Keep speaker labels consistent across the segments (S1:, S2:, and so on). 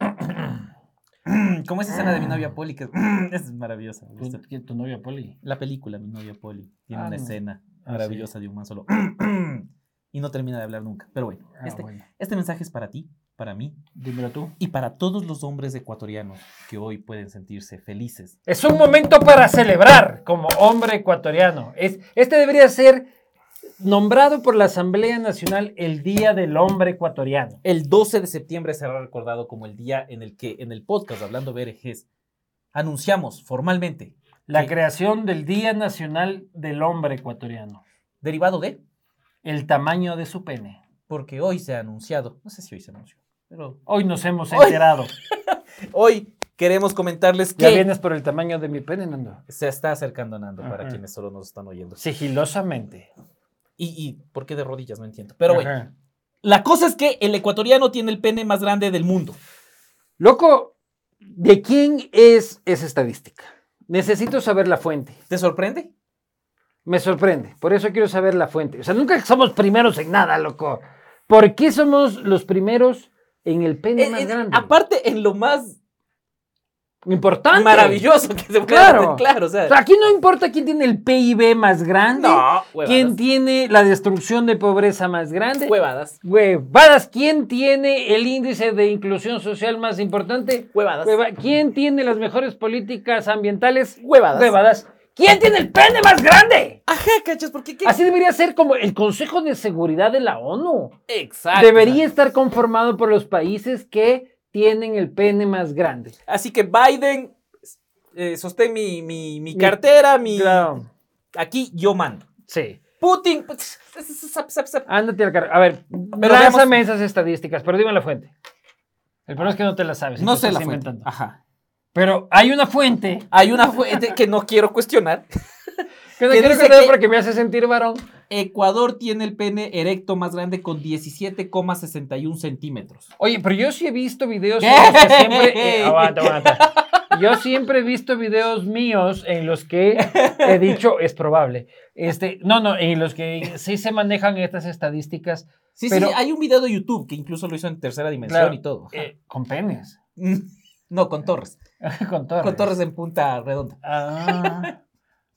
S1: como esa escena de mi
S2: Ah.
S1: novia Polly, que es maravillosa. me gusta.
S2: Tu, Pues, que tu novia Poli.
S1: La película, mi novia Polly, tiene
S2: Ah,
S1: una
S2: no.
S1: escena
S2: Ah,
S1: maravillosa de un man solo. y no termina de hablar nunca. Pero bueno,
S2: Ah,
S1: este,
S2: bueno.
S1: este mensaje es para ti, para mí
S2: Dímelo tú.
S1: y para todos los hombres ecuatorianos que hoy pueden sentirse felices.
S2: Es un momento para celebrar como hombre ecuatoriano. Es, este debería ser nombrado por la Asamblea Nacional el Día del Hombre Ecuatoriano.
S1: El 12 de septiembre será recordado como el día en el que en el podcast Hablando BRGs anunciamos formalmente,
S2: La
S1: Sí.
S2: creación del Día Nacional del Hombre Ecuatoriano.
S1: derivado de,
S2: El tamaño de su pene.
S1: porque hoy se ha anunciado, no sé si hoy se anunció, pero
S2: Hoy nos hemos
S1: Hoy-
S2: enterado.
S1: hoy queremos comentarles
S2: Ya
S1: que
S2: vienes por el tamaño de mi pene, Nando.
S1: se está acercando Nando para
S2: Ajá.
S1: quienes solo nos están oyendo.
S2: Sigilosamente.
S1: Y, y ¿por qué de rodillas? No entiendo. Pero bueno,
S2: Ajá.
S1: la cosa es que el ecuatoriano tiene el pene más grande del mundo.
S2: Loco, ¿de quién es esa estadística? Necesito saber la fuente.
S1: ¿Te sorprende?
S2: Me sorprende. Por eso quiero saber la fuente. O sea, nunca somos primeros en nada, loco. ¿Por qué somos los primeros en el pene
S1: Eh,
S2: más
S1: eh,
S2: grande?
S1: aparte, en lo más
S2: Importante.
S1: maravilloso que se puede
S2: Claro.
S1: hacer, claro, o sea,
S2: O sea, aquí no importa quién tiene el PIB más grande,
S1: no,
S2: quién
S1: huevadas,
S2: tiene la destrucción de pobreza más grande.
S1: huevadas,
S2: Huevadas, ¿quién tiene el índice de inclusión social más importante?
S1: huevadas,
S2: Hueva- ¿Quién tiene las mejores políticas ambientales?
S1: huevadas.
S2: Huevadas. ¿Quién tiene el pene más grande?
S1: Ajá, cachas, porque qué?
S2: Así debería ser como el Consejo de Seguridad de la ONU.
S1: Exacto.
S2: Debería estar conformado por los países que tienen el pene más grande.
S1: Así que Biden, eh, sostén mi, mi, mi cartera, mi...
S2: Claro.
S1: Aquí yo mando.
S2: Sí.
S1: Putin, pues, zap, zap, zap.
S2: Ándate al carro. A ver, lánzame esas estadísticas, pero dime la fuente. El problema es que no te la sabes.
S1: no
S2: entonces
S1: sé la
S2: estás
S1: fuente.
S2: inventando.
S1: Ajá.
S2: Pero hay una fuente
S1: Hay una fuente que no quiero cuestionar.
S2: que no
S1: Que
S2: quiero
S1: dice
S2: creer
S1: que-
S2: porque me hace sentir varón.
S1: Ecuador tiene el pene erecto más grande con 17,61 centímetros.
S2: Oye, pero yo sí he visto videos
S1: ¿Qué?
S2: en los que siempre. eh, aguanta, aguanta. Yo siempre he visto videos míos en los que he dicho, es probable. Este, no, no, en los que sí se manejan estas estadísticas
S1: Sí,
S2: Pero-
S1: sí, hay un video de YouTube que incluso lo hizo en tercera dimensión
S2: Claro.
S1: y todo. Ajá.
S2: eh, con penes.
S1: No, con Torres.
S2: con torres.
S1: Con Torres en punta redonda.
S2: Ah,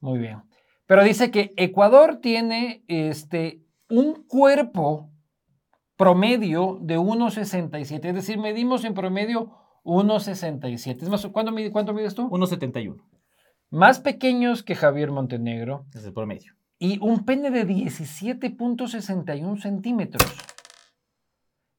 S2: muy bien. Pero dice que Ecuador tiene este, un cuerpo promedio de 1,67. Es decir, medimos en promedio 1,67. Es más, ¿cuánto, mide- ¿cuánto mides tú?
S1: 1,71
S2: Más pequeños que Javier Montenegro.
S1: es el promedio.
S2: y un pene de 17.61 centímetros.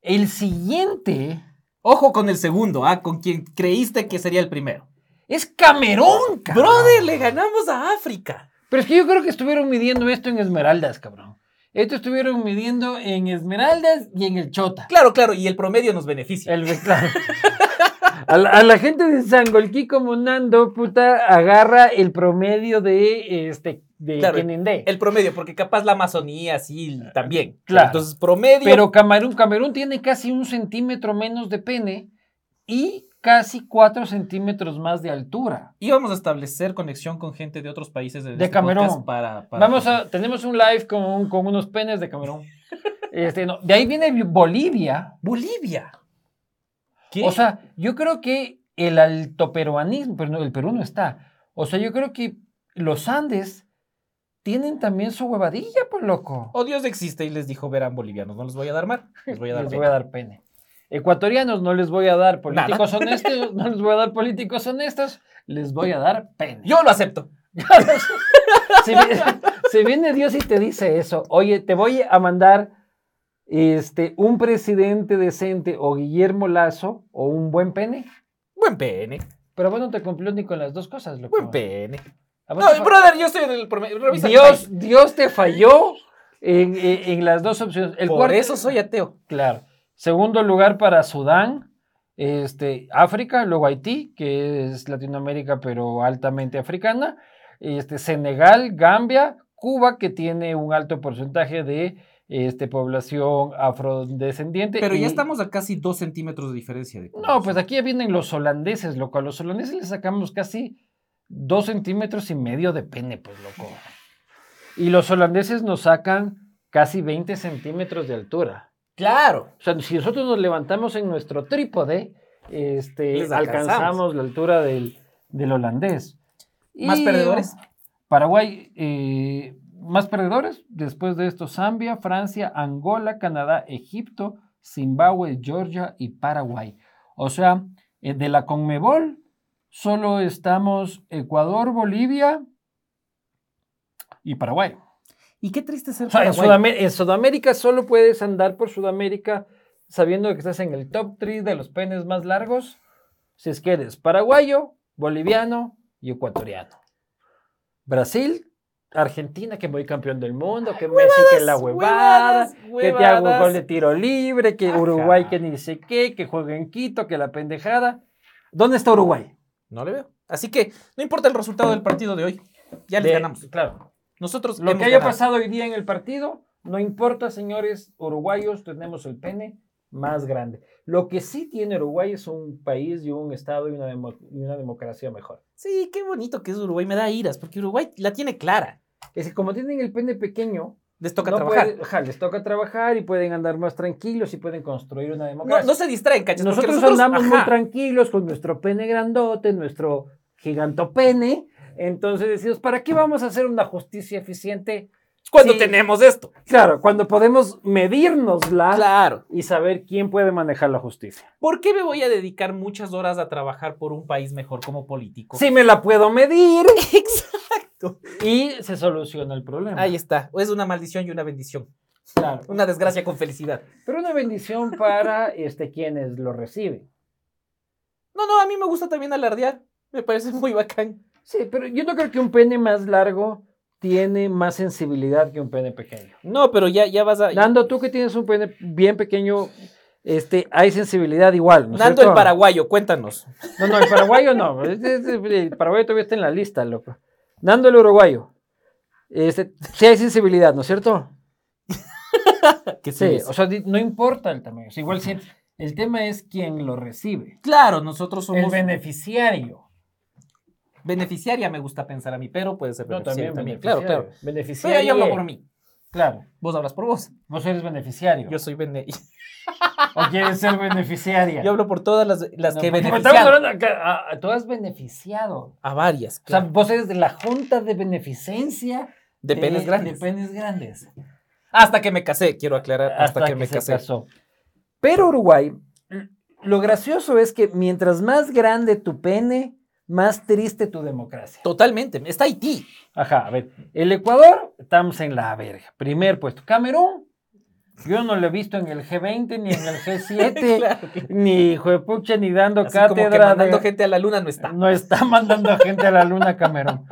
S2: El siguiente
S1: Ojo con el segundo, ah, con quien creíste que sería el primero.
S2: es Camerún, cabrón.
S1: Brother, le ganamos a África.
S2: Pero es que yo creo que estuvieron midiendo esto en Esmeraldas, cabrón. Esto estuvieron midiendo en Esmeraldas y en el Chota.
S1: Claro, claro, y el promedio nos beneficia.
S2: El reclamo. A la, a la gente de Sangolquí como Nando, puta, agarra el promedio de este de
S1: Claro,
S2: Quenendé.
S1: El promedio, porque capaz la Amazonía sí también.
S2: Eh, Claro.
S1: Entonces, promedio.
S2: Pero Camerún, Camerún tiene casi un centímetro menos de pene y casi cuatro centímetros más de altura.
S1: Y vamos a establecer conexión con gente de otros países de,
S2: De
S1: este
S2: Camerún.
S1: podcast Para, para-
S2: Vamos a, tenemos un live con, con unos penes de Camerún. Este, no, de ahí viene Bolivia.
S1: Bolivia. ¿Qué?
S2: O sea, yo creo que el altoperuanismo, pero no, el Perú no está. O sea, yo creo que los Andes tienen también su huevadilla, por loco.
S1: oh, Dios existe y les dijo, verán bolivianos, no les voy a dar mar, les voy a dar
S2: les
S1: pena".
S2: voy a dar pene. Ecuatorianos no les voy a dar
S1: Nada.
S2: políticos honestos, no les voy a dar políticos honestos, les voy a dar pene.
S1: Yo lo acepto.
S2: si, vi- si viene Dios y te dice eso, oye, te voy a mandar este, un presidente decente o Guillermo Lazo o un buen pene,
S1: Buen pene,
S2: pero bueno, te cumplió ni con las dos cosas, loco.
S1: buen pene.
S2: A vos
S1: No,
S2: te fa-
S1: brother, yo estoy en el promedio. Revisa mi país.
S2: Dios, Dios te falló en, en- en las dos opciones. El
S1: Por
S2: cuarto-
S1: eso soy ateo.
S2: Claro. Segundo lugar para Sudán, este, África, luego Haití, que es Latinoamérica pero altamente africana, este, Senegal, Gambia, Cuba, que tiene un alto porcentaje de este, población afrodescendiente.
S1: Pero
S2: y-
S1: ya estamos a casi dos centímetros de diferencia. De
S2: No, pues aquí ya vienen los holandeses, loco. A los holandeses les sacamos casi dos centímetros y medio de pene, pues, loco. Y los holandeses nos sacan casi 20 centímetros de altura.
S1: Claro.
S2: O sea, si nosotros nos levantamos en nuestro trípode, este,
S1: Les alcanzamos.
S2: alcanzamos la altura del, del holandés.
S1: ¿Más
S2: Y,
S1: perdedores?
S2: Paraguay, eh, más perdedores. Después de esto, Zambia, Francia, Angola, Canadá, Egipto, Zimbabue, Georgia y Paraguay. O sea, eh, de la Conmebol solo estamos Ecuador, Bolivia y Paraguay.
S1: Y qué triste ser
S2: O sea, en,
S1: Paraguay.
S2: Sudamé- en Sudamérica solo puedes andar por Sudamérica sabiendo que estás en el top 3 de los penes más largos si es que eres paraguayo, boliviano y ecuatoriano. Brasil, Argentina, que voy campeón del mundo, que Messi, que la huevada,
S1: Huevadas,
S2: que te hago un
S1: huevadas.
S2: gol de tiro libre, que Uruguay,
S1: Ajá.
S2: que ni sé qué, que juega en Quito, que la pendejada. ¿Dónde está Uruguay?
S1: No le veo. Así que no importa el resultado del partido de hoy. Ya les
S2: De-
S1: ganamos.
S2: Claro.
S1: Nosotros
S2: Lo
S1: hemos
S2: que haya
S1: ganado.
S2: pasado hoy día en el partido, no importa, señores uruguayos, tenemos el pene más grande. Lo que sí tiene Uruguay es un país y un Estado y una, demo- y una democracia mejor.
S1: Sí, qué bonito que es Uruguay. Me da iras, porque Uruguay la tiene clara.
S2: Es que como tienen el pene pequeño,
S1: Les toca
S2: no
S1: trabajar.
S2: pueden- ajá, les toca trabajar y pueden andar más tranquilos y pueden construir una
S1: No,
S2: democracia.
S1: no se distraen, cachas. porque
S2: nosotros, andamos
S1: ajá,
S2: muy tranquilos con nuestro pene grandote, nuestro gigantopene. Entonces decimos, ¿para qué vamos a hacer una justicia eficiente?
S1: Cuando
S2: Sí.
S1: tenemos esto.
S2: Claro, cuando podemos medirnosla.
S1: Claro.
S2: y saber quién puede manejar la justicia.
S1: Ah. ¿Por qué me voy a dedicar muchas horas a trabajar por un país mejor como político?
S2: Si me la puedo medir
S1: Exacto.
S2: y se soluciona el problema.
S1: Ahí está. Es una maldición y una bendición.
S2: Claro.
S1: Una desgracia con felicidad.
S2: Pero una bendición para este, quienes lo reciben.
S1: No, no, a mí me gusta también alardear. Me parece muy bacán.
S2: Sí, pero yo no creo que un pene más largo tiene más sensibilidad que un pene pequeño.
S1: No, pero ya, ya vas a. pues.
S2: Nando, tú que tienes un pene bien pequeño, este, hay sensibilidad igual. ¿no es
S1: Nando el
S2: cierto?
S1: paraguayo, cuéntanos.
S2: No, no, el paraguayo no. Este- este- El paraguayo todavía está en la lista, loco. Nando el uruguayo. Este, sí hay sensibilidad, ¿no es cierto?
S1: Que sí
S2: Sí,
S1: es.
S2: o sea, di- no importa el tamaño. O sea, igual si- el tema es quién lo recibe.
S1: Claro, nosotros
S2: El
S1: somos
S2: beneficiario.
S1: beneficiaria, me gusta pensar a mí, pero puede ser
S2: No,
S1: beneficiaria también.
S2: también, beneficiario.
S1: Claro, claro. Pero
S2: Beneficiario.
S1: yo hablo por mí.
S2: Claro.
S1: Vos hablas por vos.
S2: Vos eres beneficiario.
S1: Yo soy bene...
S2: O quieres ser beneficiaria.
S1: Yo hablo por todas las, las
S2: No,
S1: que
S2: porque
S1: benefician.
S2: estamos hablando acá, a- a- tú has beneficiado.
S1: A varias.
S2: O sea,
S1: claro.
S2: vos eres de la junta de beneficencia.
S1: de penes grandes.
S2: De penes grandes.
S1: Hasta que me casé, quiero aclarar. Hasta, que, me
S2: se
S1: casé.
S2: casó. Pero Uruguay, l- lo gracioso es que mientras más grande tu pene, más triste tu democracia.
S1: Totalmente. Está Haití.
S2: Ajá, a ver. El Ecuador, estamos en la verga. Primer puesto. Camerún, yo no lo he visto en el G20, ni en el G7,
S1: Claro.
S2: ni hijo de pucha, ni dando
S1: Así como que
S2: cátedra. de-
S1: mandando gente a la luna no está.
S2: No está mandando gente a la luna, Camerún.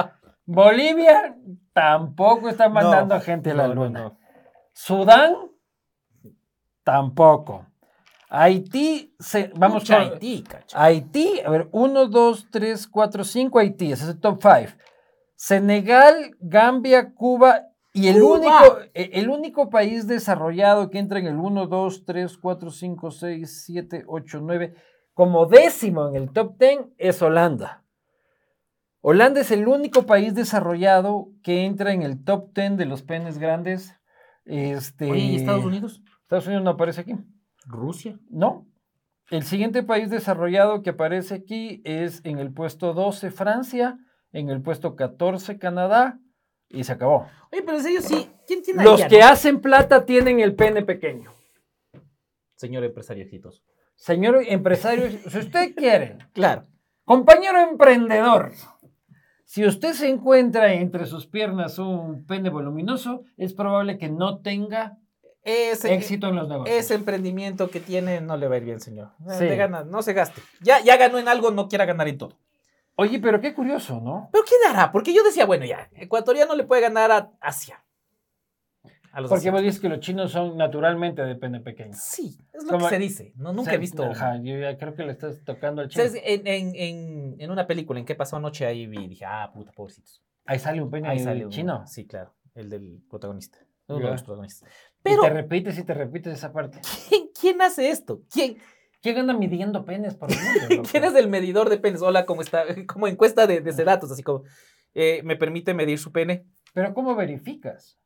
S2: Bolivia tampoco está mandando gente a la
S1: No, no,
S2: luna.
S1: no.
S2: Sudán tampoco. Haití, se- vamos
S1: Pucha,
S2: con-
S1: Haití, cacho.
S2: Haití, a ver, 1, 2, 3, 4, 5 Haití, ese es el top 5. Senegal, Gambia, Cuba y el,
S1: Cuba.
S2: único, e- el único país desarrollado que entra en el 1, 2, 3, 4, 5, 6, 7, 8, 9, como décimo en el top 10 es Holanda. Holanda es el único país desarrollado que entra en el top 10 de los penes grandes. Este,
S1: Oye, ¿y Estados Unidos?
S2: Estados Unidos no aparece aquí.
S1: Rusia.
S2: No. El siguiente país desarrollado que aparece aquí es en el puesto 12 Francia, en el puesto 14 Canadá y se acabó.
S1: Oye, pero en serio, sí. ¿Quién tiene
S2: Los
S1: ahí,
S2: que
S1: no?
S2: hacen plata tienen el pene pequeño.
S1: Señor empresario exitoso.
S2: Señor empresario, si usted quiere,
S1: Claro.
S2: compañero emprendedor, si usted se encuentra entre sus piernas un pene voluminoso, es probable que no tenga
S1: Ese,
S2: éxito en los negocios.
S1: ese emprendimiento que tiene no le va a ir bien, señor. Eh,
S2: Sí.
S1: de gana, no se gaste. Ya, ya ganó en algo, no quiera ganar en todo.
S2: Oye, pero qué curioso, ¿no?
S1: ¿Pero quién hará? Porque yo decía, bueno, ya, ecuatoriano le puede ganar a Asia. A los
S2: Porque vos
S1: asiáticos.
S2: dices que los chinos son naturalmente de pene pequeño.
S1: Sí, es lo
S2: Como-
S1: que se dice. No, nunca
S2: Se-
S1: he visto.
S2: Ajá, yo ya creo que le estás tocando al chino.
S1: ¿Sabes? En, en- en- en una película, ¿en qué pasó anoche? Ahí vi y dije, ah, puta, pobrecitos.
S2: Ahí sale un pene
S1: Ahí sale
S2: un
S1: un-
S2: chino.
S1: Sí, claro. El del protagonista. Uno
S2: Ya.
S1: de los protagonistas.
S2: Pero... Y te
S1: Pero,
S2: repites y te repites esa parte.
S1: ¿quién, quién hace esto? ¿Quién,
S2: ¿Quién anda midiendo penes por el mundo? loco?
S1: ¿Quién es el medidor de penes? Hola, ¿cómo está? Como encuesta de, de sedatos, así como, eh, ¿me permite medir su pene?
S2: Pero ¿cómo verificas?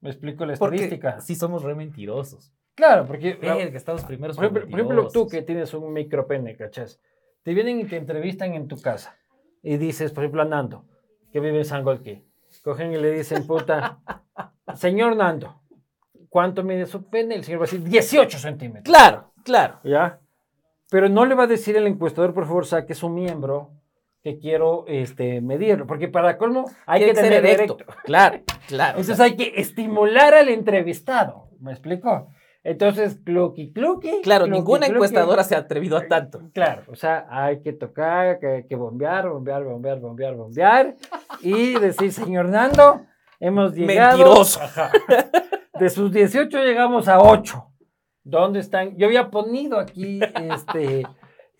S2: Me explico la
S1: Porque
S2: estadística.
S1: sí somos re mentirosos.
S2: Claro, porque
S1: Verga, Estados primeros.
S2: Por ejemplo, por ejemplo, tú
S1: prometidos.
S2: que tienes un micropene, ¿cachás? Te vienen y te entrevistan en tu casa. Y dices, por ejemplo, a Nando, que vive en San Golquí. Cogen y le dicen, puta, señor Nando, ¿cuánto mide su pene? El señor va a decir, 18 centímetros.
S1: Claro, claro.
S2: ¿Ya? Pero no le va a decir el encuestador, por favor, saque su miembro que quiero este, medirlo. Porque para colmo, hay que,
S1: Tiene
S2: tener erecto.
S1: Claro, claro. o sea,
S2: Entonces hay que estimular al entrevistado. ¿Me explico? Entonces, cluqui, cluqui.
S1: claro,
S2: cluqui,
S1: ninguna
S2: cluqui.
S1: encuestadora se ha atrevido a tanto.
S2: Claro, o sea, hay que tocar, que, hay que bombear, bombear, bombear, bombear, bombear. Y decir, señor Nando, hemos llegado.
S1: Mentiroso.
S2: Ajá. De sus 18 llegamos a 8. ¿Dónde están? Yo había ponido aquí este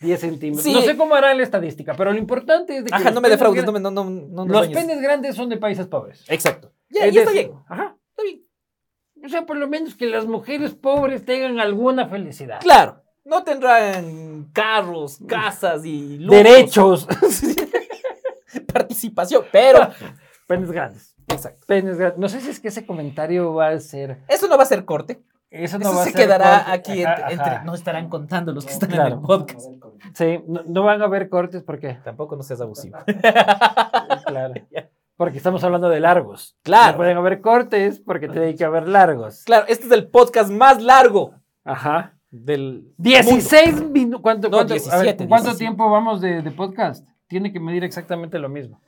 S2: 10 centímetros.
S1: Sí.
S2: No sé cómo hará la estadística, pero lo importante es de que.
S1: Ajá,
S2: los
S1: no me
S2: penes
S1: defraudes, no
S2: gran-
S1: me no, no, no nos
S2: Los
S1: dañes.
S2: penes grandes son de países pobres.
S1: Exacto. Ya,
S2: Es
S1: ya está
S2: decir,
S1: bien.
S2: Ajá.
S1: Está bien.
S2: O sea, por lo menos que las mujeres pobres tengan alguna felicidad.
S1: Claro. Mm. No tendrán carros, casas y lujos.
S2: Derechos.
S1: Participación, pero.
S2: Penes grandes.
S1: Exacto.
S2: Penes grandes. No sé si es que ese comentario va a ser.
S1: Eso no va a ser corte.
S2: Eso no
S1: Eso
S2: va
S1: se
S2: a ser
S1: quedará
S2: corte.
S1: aquí
S2: Ajá,
S1: entre,
S2: ajá.
S1: entre- No estarán contando los que
S3: No,
S1: están en
S2: claro.
S1: el podcast.
S2: Sí, no, no van a haber cortes porque.
S1: Tampoco no seas abusivo.
S2: Claro. Porque estamos hablando de largos.
S1: Claro.
S2: No pueden haber cortes porque tiene que haber largos.
S1: Claro, este es el podcast más largo
S2: Ajá.
S1: del.
S2: 16 minutos. ¿Cuánto,
S1: No,
S2: cuánto, a ver,
S1: 17,
S2: ¿cuánto
S1: 17.
S2: tiempo vamos de, de podcast? Tiene que medir exactamente lo mismo.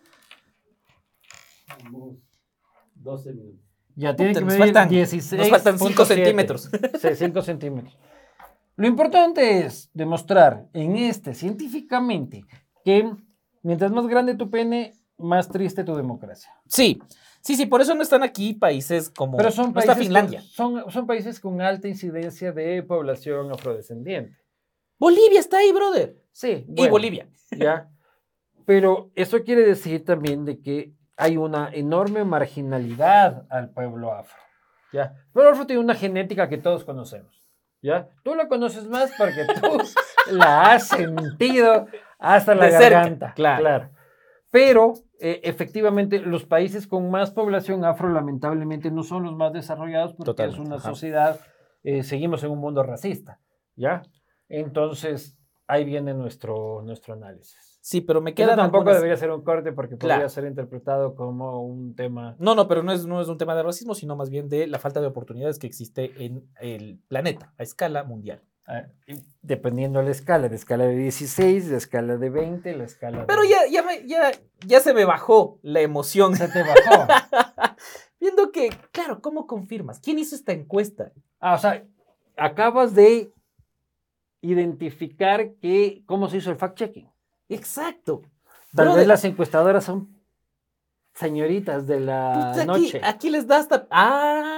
S3: 12 minutos.
S2: Ya tiene
S1: Ah, Puta,
S2: que
S1: nos
S2: medir
S1: faltan,
S2: 16.
S1: nos faltan 5 centímetros.
S2: Sí, 5 centímetros. Lo importante es demostrar en este, científicamente, que mientras más grande tu pene, más triste tu democracia.
S1: Sí, sí, sí, por eso no están aquí países como.
S2: Pero son
S1: no está
S2: países,
S1: Finlandia.
S2: con- son, son países con alta incidencia de población afrodescendiente.
S1: Bolivia está ahí, brother.
S2: Sí.
S1: Y
S2: bueno,
S1: Bolivia.
S2: Ya. Pero eso quiere decir también de que hay una enorme marginalidad al pueblo afro. Ya. El pueblo afro tiene una genética que todos conocemos. Ya. Tú la conoces más porque tú la has sentido hasta la
S1: De cerca,
S2: garganta.
S1: claro.
S2: Pero eh, efectivamente los países con más población afro lamentablemente no son los más desarrollados porque es
S1: Totalmente,
S2: una
S1: ajá.
S2: sociedad, eh, seguimos en un mundo racista. ¿Ya? Entonces, ahí viene nuestro, nuestro análisis.
S1: Sí, pero me
S2: Que
S1: quedan
S2: tampoco
S1: algunas-
S2: debería ser un corte porque podría
S1: Claro.
S2: ser interpretado como un tema.
S1: No, no, pero no es, no es un tema de racismo, sino más bien de la falta de oportunidades que existe en el planeta a escala mundial.
S2: ah, y Dependiendo de la escala, la escala de 16, la escala de 20, la escala de...
S1: Pero ya, ya, me- ya, ya se me bajó la emoción.
S2: Se te bajó.
S1: Viendo que, claro, ¿cómo confirmas? ¿Quién hizo esta encuesta?
S2: Ah, o sea, acabas de identificar que cómo se hizo el fact-checking.
S1: Exacto.
S2: Tal
S1: Brother,
S2: vez las encuestadoras son señoritas de la
S1: puta, Pues aquí,
S2: noche,
S1: aquí les da hasta. ¡Ah!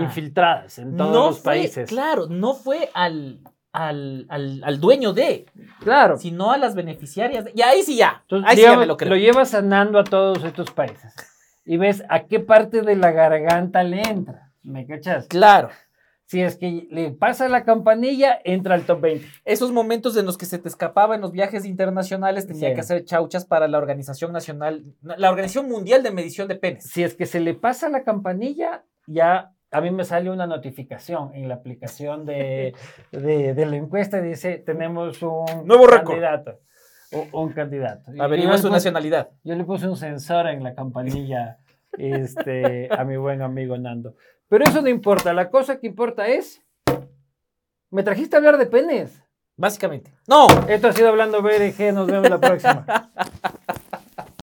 S2: infiltradas en todos los
S1: fue,
S2: países.
S1: Claro, no fue al, al, al, al dueño de,
S2: Claro.
S1: sino a las beneficiarias. de- Y ahí sí ya.
S2: Entonces,
S1: ahí sí ya
S2: digamos,
S1: me lo
S2: lo,
S1: creo.
S2: llevas sanando a todos estos países y ves a qué parte de la garganta le entra. ¿Me cachas?
S1: Claro.
S2: Si es que le pasa la campanilla, entra al top 20.
S1: Esos momentos en los que se te escapaba en los viajes internacionales, tenía
S2: Sí.
S1: que hacer chauchas para la Organización Nacional, la Organización Mundial de Medición de Penes.
S2: Si es que se le pasa la campanilla, ya a mí me sale una notificación en la aplicación de, de- de la encuesta. Dice, tenemos un
S1: Nuevo récord.
S2: candidato. Un, un candidato. Y
S1: Averigua
S2: yo
S1: su
S2: le puse-
S1: nacionalidad.
S2: Yo le puse un sensor en la campanilla este, a mi buen amigo Nando. Pero eso no importa. La cosa que importa es. Me trajiste a hablar de penes.
S1: Básicamente. No,
S2: Esto ha sido Hablando BRG. Nos vemos la próxima.